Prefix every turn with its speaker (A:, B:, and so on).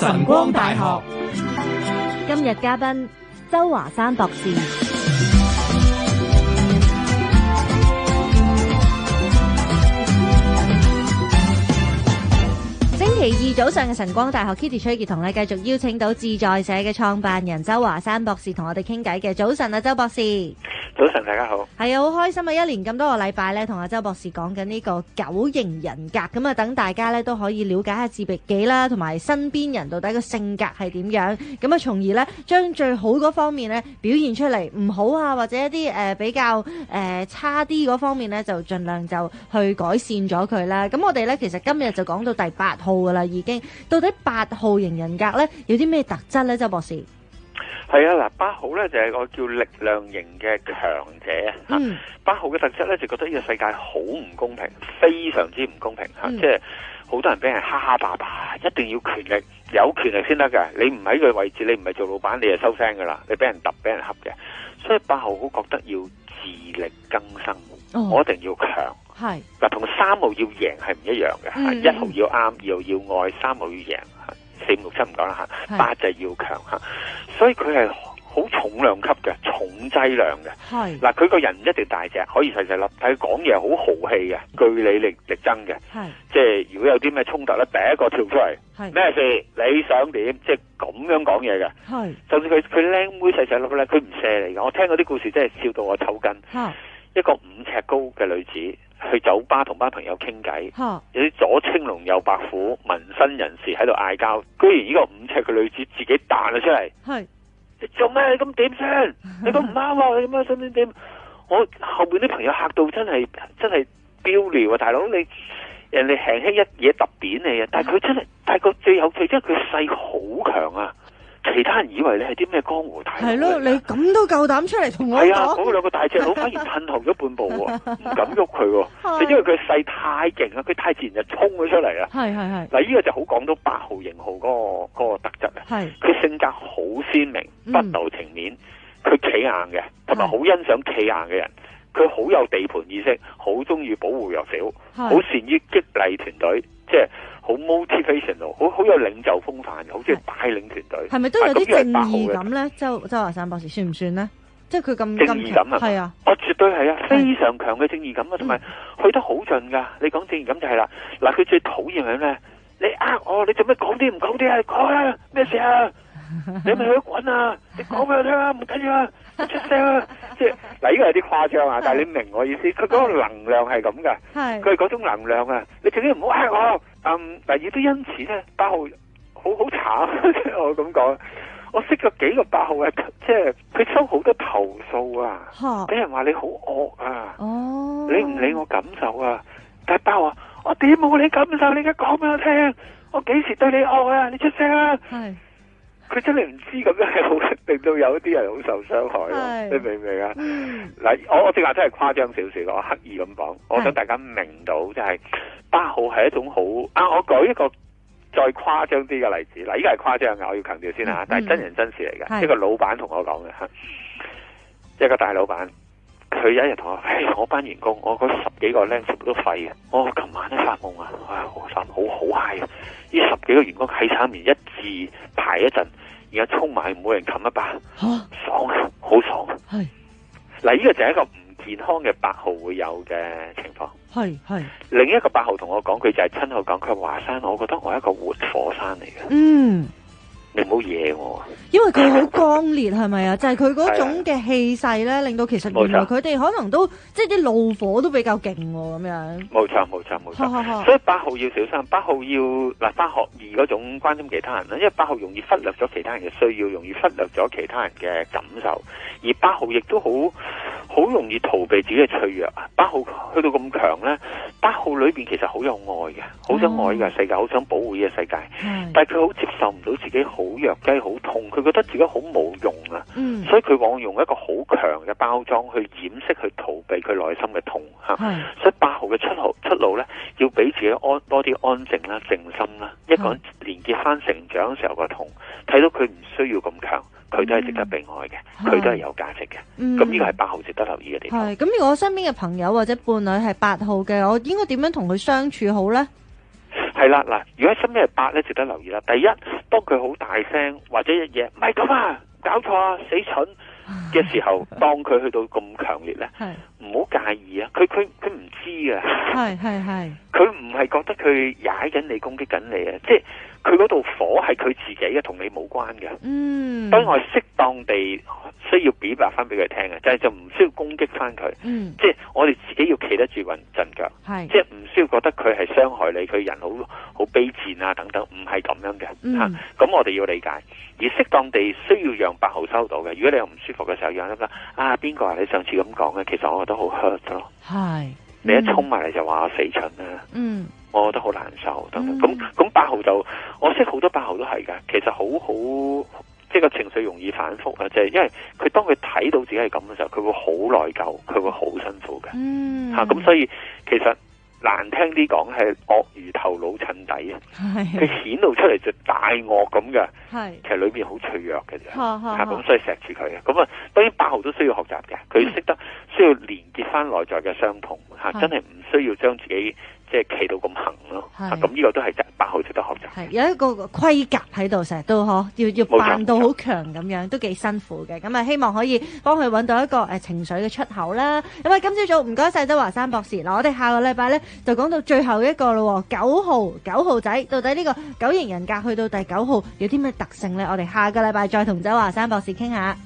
A: 晨光大學
B: 今日嘉賓周華山博士。星期二早上嘅晨光大學，Kitty 崔潔同你繼續邀請到自在社嘅創辦人周華山博士同我哋傾偈嘅。早晨啊，周博士，
C: 早晨，大家好。
B: 係啊，好開心啊！一連咁多個禮拜咧，同阿周博士講緊呢個九型人格，咁啊等大家咧都可以了解下自己啦，同埋身邊人到底個性格係點樣，咁啊從而咧將最好嗰方面咧表現出嚟，唔好啊或者一啲誒、呃比較誒、呃差啲嗰方面咧就盡量就去改善咗佢啦。咁我哋咧其實今日就講到第八號噶啦，已經到底八號型人格咧有啲咩特質咧，周博士？
C: 係啊，嗱，八號咧就係、我叫力量型嘅強者啊。
B: 嗯
C: 八號嘅特質咧就覺得呢個世界好唔公平，非常之唔公平吓，
B: 嗯
C: 即係好多人俾人蝦蝦霸霸，一定要權力，有權力先得㗎。你唔喺佢位置，你唔係做老闆，你就收聲㗎啦，你俾人揼，俾人恰嘅。所以八號好覺得要自力更生，我
B: 哦，
C: 一定要強。
B: 係
C: 嗱，同三號要贏係唔一樣嘅嚇，
B: 嗯
C: 一號要啱，二號要愛，三號要贏，四五六七唔講啦嚇，
B: 係
C: 八就係要強嚇，所以佢係好重量級嘅，重劑量嘅。
B: 係
C: 嗱，佢個人唔一定大隻，可以細細粒，但係佢講嘢好豪氣嘅，據理力力爭嘅，
B: 係
C: 即係如果有啲咩衝突咧，第一個跳出嚟，
B: 係
C: 咩事？你想點？即係咁樣講嘢嘅。
B: 係
C: 就算佢佢靚妹細細粒咧，佢唔射你嘅。我聽嗰啲故事真係笑到我抽筋。
B: 嚇
C: 一個五尺高嘅女子去酒吧同班朋友傾偈，
B: 嚇
C: 有啲左青龍右白虎紋身人士喺度嗌交，居然呢個五尺嘅女子自己彈咗出嚟，
B: 係。
C: 你做咩？你咁點先？ 你咁唔啱啊！你咁樣想點點？我後邊啲朋友嚇到 真係真係飆尿啊！大佬你人哋輕輕一嘢揼扁你啊！但係佢真係，但係個最有趣，即係佢勢好強啊！其他人以為你係啲咩江湖大佬嚟㗎
B: 係咯，你咁都夠膽出嚟同我
C: 啊係啊，
B: 講，
C: 嗰兩個 大隻佬反而褪後咗半步喎，唔敢喐佢喎，就因為佢勢太勁啊啦，佢太自然就衝咗出嚟啊啦。
B: 係係係
C: 嗱，呢個就好講到八號型號嗰、個嗰個特質啊，
B: 係
C: 佢性格好鮮明，
B: 嗯
C: 不留情面，佢企硬嘅，同埋
B: 係
C: 好欣賞企硬嘅人，佢好有地盤意識，好中意保護弱小，好
B: 係
C: 善於激勵團隊，即係好 motivational，好好有領袖風範嘅，好中意帶領團隊。
B: 係咪都有啲
C: 嗱
B: 正
C: 咁呢個係八號
B: 義
C: 嘅
B: 感咧？周周華山博士算唔算咧？即係佢咁
C: 正義感
B: 咁強
C: 係咪
B: 係啊，
C: 哦，絕對係啊，非常強嘅正義感啊，同埋去得好盡噶。你講正義感就係啦，嗱，佢最討厭係咩？你呃我，你做咩講啲唔講啲啊？講啊，咩事啊？你咪去滾啊！你講俾我聽啊，唔緊要啊，唔出聲啊！即係嗱，呢個有啲誇張啊，但係你明我意思，佢嗰個能量係咁噶，
B: 係
C: 佢係嗰種能量啊！你最緊要唔好呃我。嗯，嗱，亦都因此咧，八號好好慘， 即係我咁講。我識咗幾個八號啊，即係佢收好多投訴啊。
B: 嚇
C: 俾人話你好惡啊，
B: 哦，
C: 你唔理我感受啊，但係包啊，我點冇你感受？你而家講俾我聽，我幾時對你惡啊？你出聲啊！
B: 係
C: 佢真係唔知咁樣係好，令到有啲人好受傷害咯、
B: 係
C: 你明唔明啊？
B: 嗯
C: 嗱，我我正話真係誇張少少，我刻意咁講，我
B: 係
C: 想大家明到就係、八號係一種好啊！我舉一個再誇張啲嘅例子，嗱，依家係誇張嘅，我要強調先
B: 嗯
C: 嚇，但係真人真事嚟
B: 係
C: 嘅，一個老闆同我講嘅嚇，一個大老闆，佢有一日同 我，唉，我班員工，我嗰十幾個僆全部都廢嘅，啊我琴晚咧發夢啊，唉，我發夢好好嗨啊！呢十幾個員工喺上面一字排一陣，然後衝埋每人冚一巴，
B: 嚇
C: 爽啊，好爽啊！
B: 係
C: 嗱，呢個就係一個唔健康嘅八號會有嘅情況。
B: 係係
C: 另一個八號同我講，佢就係親口講，佢話華山，我覺得我係一個活火山嚟嘅，
B: 嗯。
C: 你唔好惹我啊。
B: 因為佢好剛烈係咪啊？就係佢嗰種嘅氣勢咧，令到其實原來
C: 冇錯
B: 佢哋可能都即係啲怒火都比較勁喎，咁樣。
C: 冇錯，冇錯，冇
B: 哈
C: 錯。
B: 哈哈
C: 所以八號要小心，八號要嗱八學二嗰種關心其他人啦，因為八號容易忽略咗其他人嘅需要，容易忽略咗其他人嘅感受，而八號亦都好好容易逃避自己嘅脆弱啊！八號去到咁強呢，八號裏邊其實好有愛嘅，好想愛呢個世界，好想保護呢個世界。
B: 係
C: 但係佢好接受唔到自己好弱雞、好痛，佢覺得自己好冇用啊，
B: 嗯
C: 所以佢往往用一個好強嘅包裝去掩飾、去逃避佢內心嘅痛嚇。
B: 係
C: 所以八號嘅出路出路咧，要俾自己安多啲安靜啦、靜心啦，一個人連結翻成長時候嘅痛，睇到佢唔需要咁強，佢都係值得被愛嘅，
B: 嗯
C: 佢都係有價值嘅。
B: 嗯
C: 咁呢個係八號值得留意嘅地方。
B: 係咁，如果我身邊嘅朋友或者伴侶係八號嘅，我應該點樣同佢相處好咧？
C: 係啦，嗱，如果喺心一係八咧，值得留意啦。第一，當佢好大聲或者一嘢唔係咁啊，搞錯啊，死蠢嘅時候，當佢去到咁強烈咧，
B: 係
C: 唔好介意啊。佢佢佢唔知嘅，
B: 係係係
C: 佢唔係覺得佢踩緊你、攻擊緊你啊，即係佢嗰度火係佢自己嘅，同你冇關嘅。
B: 嗯，
C: 當然我係適當地需要表白翻俾佢聽嘅，啊就係就唔需要攻擊翻佢，
B: 嗯
C: 即係我哋自己要企得住穩陣腳。
B: 係
C: 即係唔需要覺得佢係傷害你，佢人好好卑賤啊等等，唔係咁樣嘅
B: 嗯
C: 吓。啊咁、我哋要理解，而適當地需要讓八號收到嘅。如果你有唔舒服嘅時候，讓一啦啊邊個啊？你上次咁講嘅，其實我覺得好 hurt 咯。
B: 係
C: 你一衝埋嚟就話我死蠢啦，
B: 嗯
C: 我覺得好難受等等。
B: 嗯
C: 咁咁八號就我識好多八號都係㗎，其實好好即係個情緒容易反覆啊，即係因為佢當佢睇到自己係咁嘅時候，佢會好內疚，佢會好辛苦嘅。
B: 嗯
C: 吓啊咁、所以其實難聽啲講係鱷魚頭腦襯底啊，佢
B: 係
C: 顯露出嚟就大惡咁嘅，
B: 係
C: 其實裏面好脆弱嘅啫。
B: 嚇嚇
C: 吓咁所以錫住佢嘅，咁啊當然八號都需要學習嘅，佢識得需要連結翻內在嘅傷痛吓，
B: 嗯係
C: 真係唔需要將自己即係企到咁行咯。
B: 係
C: 吓咁呢個都係值八號值得學習。
B: 係有一個盔甲喺度，成日都嗬，要要
C: 冇錯
B: 扮到好強咁樣，都幾辛苦嘅。咁啊，希望可以幫佢揾到一個誒、呃情緒嘅出口啦。咁啊，今朝早唔該晒周華山博士。嗱，我哋下個禮拜咧就講到最後一個咯喎，九號九號仔到底呢個九型人格去到第九號有啲咩特性咧？我哋下個禮拜再同周華山博士傾下。